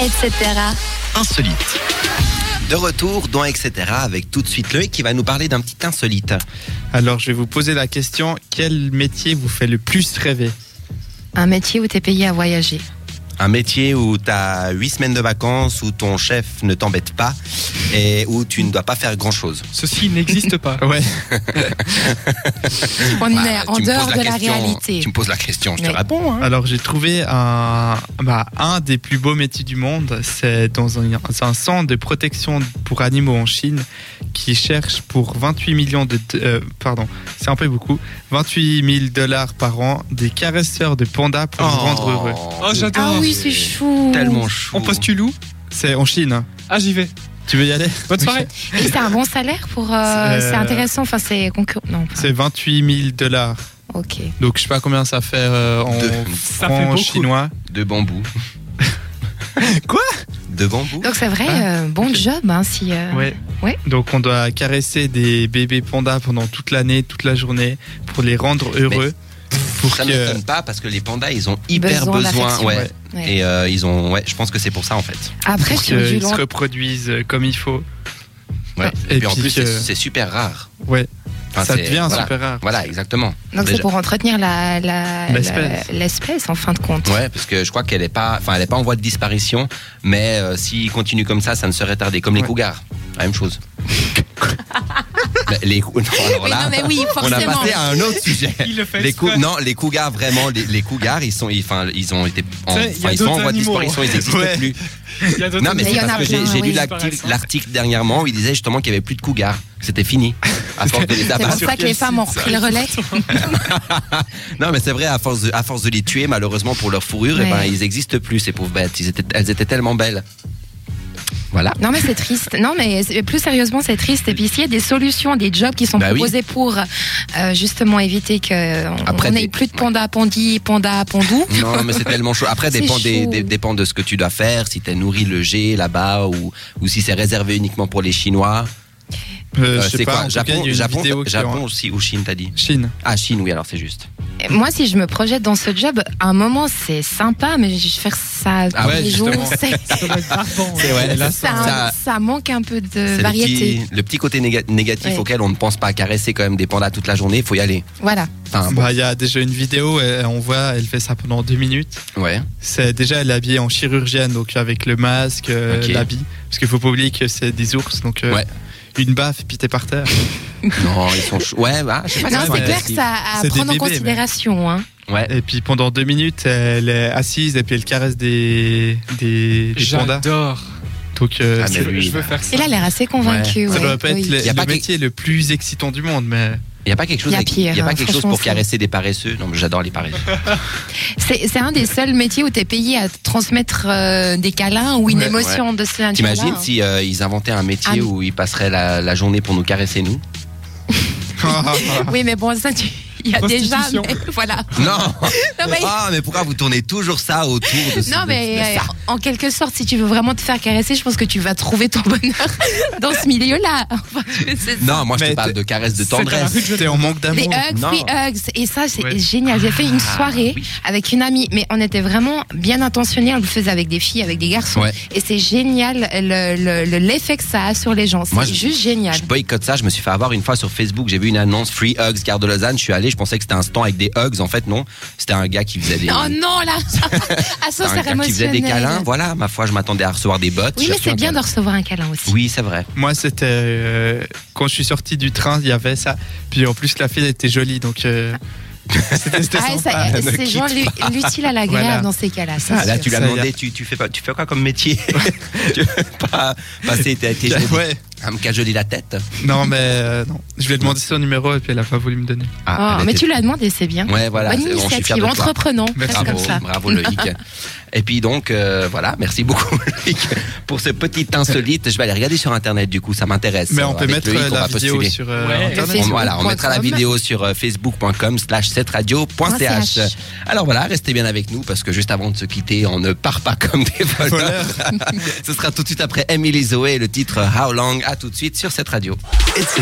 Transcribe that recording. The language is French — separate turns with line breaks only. etc.
Insolite. De retour dans Etc. avec tout de suite Loïc qui va nous parler d'un petit insolite.
Alors, je vais vous poser la question quel métier vous fait le plus rêver
Un métier où t'es payé à voyager.
Un métier où tu as 8 semaines de vacances, où ton chef ne t'embête pas et où tu ne dois pas faire grand chose.
Ceci n'existe pas.
Ouais.
Bah,
On est en dehors de la réalité.
hein. Tu me poses la question, je te
Ouais.
réponds. hein.
Alors, j'ai trouvé un, bah, un des plus beaux métiers du monde. C'est dans un, un centre de protection pour animaux en Chine qui cherche pour 28 millions de. euh, pardon, c'est un peu beaucoup. 28 000 dollars par an des caresseurs de pandas pour les rendre heureux.
Oh, j'adore.
Ah oui, c'est chou.
Tellement chou.
On postule où
C'est en Chine. hein.
Ah, j'y vais.
Tu veux y aller
Bonne soirée.
Et c'est un bon salaire pour. euh,
C'est-
c'est intéressant. Enfin, c'est concurrent. Non. pas-
C'est 28 000 dollars.
Ok.
Donc, je sais pas combien ça fait euh, en
Deux.
Ça fait
francs
beaucoup.
chinois.
De bambou.
Quoi
De bambou
Donc c'est vrai,
Ah.
euh, bon job. Hein, si. euh,
Ouais.
Ouais.
Donc on doit caresser des bébés pandas pendant toute l'année, toute la journée, pour les rendre heureux. pour
Ça ne
que-
m'étonne pas parce que les pandas, ils ont hyper
Besoin
besoin.
d'affection.
ouais.
Ouais.
ouais.
Et euh, ils ont, ouais, je pense que c'est pour ça en fait.
Après,
pour
sur du
qu'ils
long.
se reproduisent euh, comme il faut.
Ouais.
Ah,
et,
et
puis en
puis
plus,
que-
c'est- c'est super rare.
Ouais.
Enfin,
ça
c'est-
devient
voilà.
super rare.
Voilà, exactement.
Donc c'est
Déjà.
pour entretenir la la-
L'espèce.
la- l'espèce en fin de compte.
Ouais, parce que je crois qu'elle est pas, enfin, elle est pas en voie de disparition, mais euh, s'il continue comme ça, ça ne serait tardé, comme les
Ouais.
cougars, la même chose. Bah, les cou- non, alors là,
oui,
on a passé à un autre sujet.
Il le fait.
Eh, Les cou-
exprès.
non, les cougars vraiment, les, les cougars, ils sont, ils, enfin, ils ont été, en,
Ça, il y a
enfin, ils sont en
d'autres
voie de
animaux,
disparition, ils n'existent
Ouais.
plus.
Il y a d'autres
Non, mais
Mais
c'est
il y en
parce
a
que j'ai
plein,
j'ai lu
oui.
l'article
hein.
l'article dernièrement où il disait justement qu'il y avait plus de cougars, que c'était fini, à force de les
C'est pour
abattre.
ça que les femmes ont repris le relais.
Non, mais c'est vrai, à force, de, à force de les tuer, malheureusement, pour leur fourrure, eh ben,
Ouais.
ils n'existent plus, ces pauvres bêtes. Ils étaient, elles étaient tellement belles. Voilà.
Non mais c'est triste. Non mais c'est- plus sérieusement c'est triste. Et puis s'il y a des solutions, des jobs qui sont
Bah oui.
proposés pour euh, justement éviter que on-
Après,
on
des-
n'ait plus de panda pandis, panda pandou.
Non, mais c'est tellement chaud. Après,
C'est
dépend, des-
chaud.
des- dépend de ce que tu dois faire, si t'es nourri le G là-bas ou, ou si c'est réservé uniquement pour les Chinois.
Euh,
Euh,
je sais
c'est
pas, en
quoi
tout cas,
Japon,
il y a une
Japon,
vidéo qui est en-
Japon aussi, ou Chine, t'as dit
Chine.
Ah, Chine, oui, alors c'est juste.
Et Moi si je me projette dans ce job, à un moment c'est sympa, mais je vais faire ça tous
Ah ouais,
les jours.
justement.
c'est-
Ça doit être
Ah
barbant.
C'est ouais, là,
Ça,
Ça-
ça manque un peu de
C'est le
variété.
petit, le petit côté néga- négatif
Ouais.
auquel on ne pense pas à caresser quand même des pandas toute la journée, il faut y aller.
Voilà.
Enfin,
bah, il y a déjà une vidéo, et on voit, elle fait ça pendant deux minutes.
ouais.
C'est déjà elle est habillée en chirurgienne, donc avec le masque, euh,
Ok.
l'habit, parce qu'il faut pas oublier que c'est des ours, donc euh,
Ouais.
une baffe et puis t'es par terre.
Non, ils sont chauds. Ouais, bah, je sais pas
Non
si
ouais,
c'est
c'est
clair que
agressif.
ça à
C'est des
prendre en
bébés, mais-
considération. Hein.
Ouais.
Et puis pendant deux minutes, elle est assise et puis elle caresse des des, des pandas.
J'adore.
Donc euh,
Ah, mais
c'est-
Je veux-
lui,
je veux
là.
faire ça.
Il a l'air assez convaincu.
Ça
ouais,
doit pas être
oui.
le,
Y a
le
pas que-
métier le plus excitant du monde, mais
Il n'y a pas quelque chose,
Y a
avec-
pire,
y a pas
hein,
quelque chose
franchement,
pour
c'est- Ah,
caresser des paresseux. Non, mais j'adore les paresseux.
C'est c'est un des seuls métiers où tu es payé à transmettre euh, des câlins ou une
Ouais,
émotion de ce hein. nature
T'imagines si euh, ils inventaient un métier
Ah.
où ils passeraient la, la journée pour nous caresser nous
Oui, mais bon, ça, tu- il y a déjà.
Prostitution.
mais voilà.
Non.
Non, mais,
Ah mais pourquoi vous tournez toujours ça autour de ce-
non,
de-
mais,
de
euh,
ça
en quelque sorte, si tu veux vraiment te faire caresser, je pense que tu vas trouver ton bonheur dans ce milieu-là. Enfin, je- c'est-
Non, moi je te
Mais
parle
t'es-
de caresses de
c'est à la
tendresse.
rue de T'es en manque
Des
d'amour.
hugs,
non. Ah,
free hugs. Et ça, c'est
Ouais.
génial. J'ai fait une soirée
oui.
avec une amie, mais on était vraiment bien intentionnés. On le faisait avec des filles, avec des garçons.
Ouais.
Et c'est génial le- le- le- l'effet que ça a sur les gens.
Moi,
C'est
je-
juste génial.
Je boycotte ça, je me suis fait avoir une fois sur Facebook, j'ai vu une annonce Free Hugs Gare de Lausanne, je suis allé, je pensais que c'était un stand avec des hugs, en fait non, c'était un gars qui faisait des
Oh non, là À ça,
un
c'est
gars qui faisait des
émotionnel.
câlins, voilà, ma foi, je m'attendais à recevoir des bottes.
Oui,
j'ai
mais
reçu
c'est
un
bien de
câlin.
recevoir un câlin aussi.
Oui, c'est vrai.
Moi, c'était euh, quand je suis sorti du train, il y avait ça. Puis en plus, la fille elle était jolie, donc euh, c'était c'était
Ah,
sympa.
ça-
ne
c'est
quitte
genre l'u- l'utile à l'agréable
Voilà.
dans ces cas-là. c'est
Ah, là,
sûr.
tu l'as
Ça y
demandé, tu, tu, fais pas, tu fais quoi comme métier Tu veux pas passer tes tes jolis-
Ouais.
à me cajoler la tête
Non, mais euh, non. Je lui ai demandé son numéro et puis elle a pas voulu me donner.
Oh,
Ah, elle
mais
était-
tu l'as demandé, c'est bien.
Ouais, voilà.
Bonne
c'est bon, je suis fier
initiative,
de toi.
entreprenant, presque
Bravo,
comme ça.
bravo Loïc. Et puis donc, euh, voilà, merci beaucoup Loïc pour ce petit insolite. Je vais aller regarder sur Internet du coup, ça m'intéresse.
Mais on
Alors,
peut
avec
mettre
Loïc,
euh,
on
la
va
vidéo
postuler.
sur euh,
Ouais.
internet.
On, voilà, on
Facebook.com.
mettra la vidéo sur euh, facebook.com slash 7radio.ch.
.ch.
Alors voilà, restez bien avec nous parce que juste avant de se quitter, on ne part pas comme des voleurs. Ce sera tout de suite après Emily Zoé et le titre How Long. À tout de suite sur cette radio. Etc.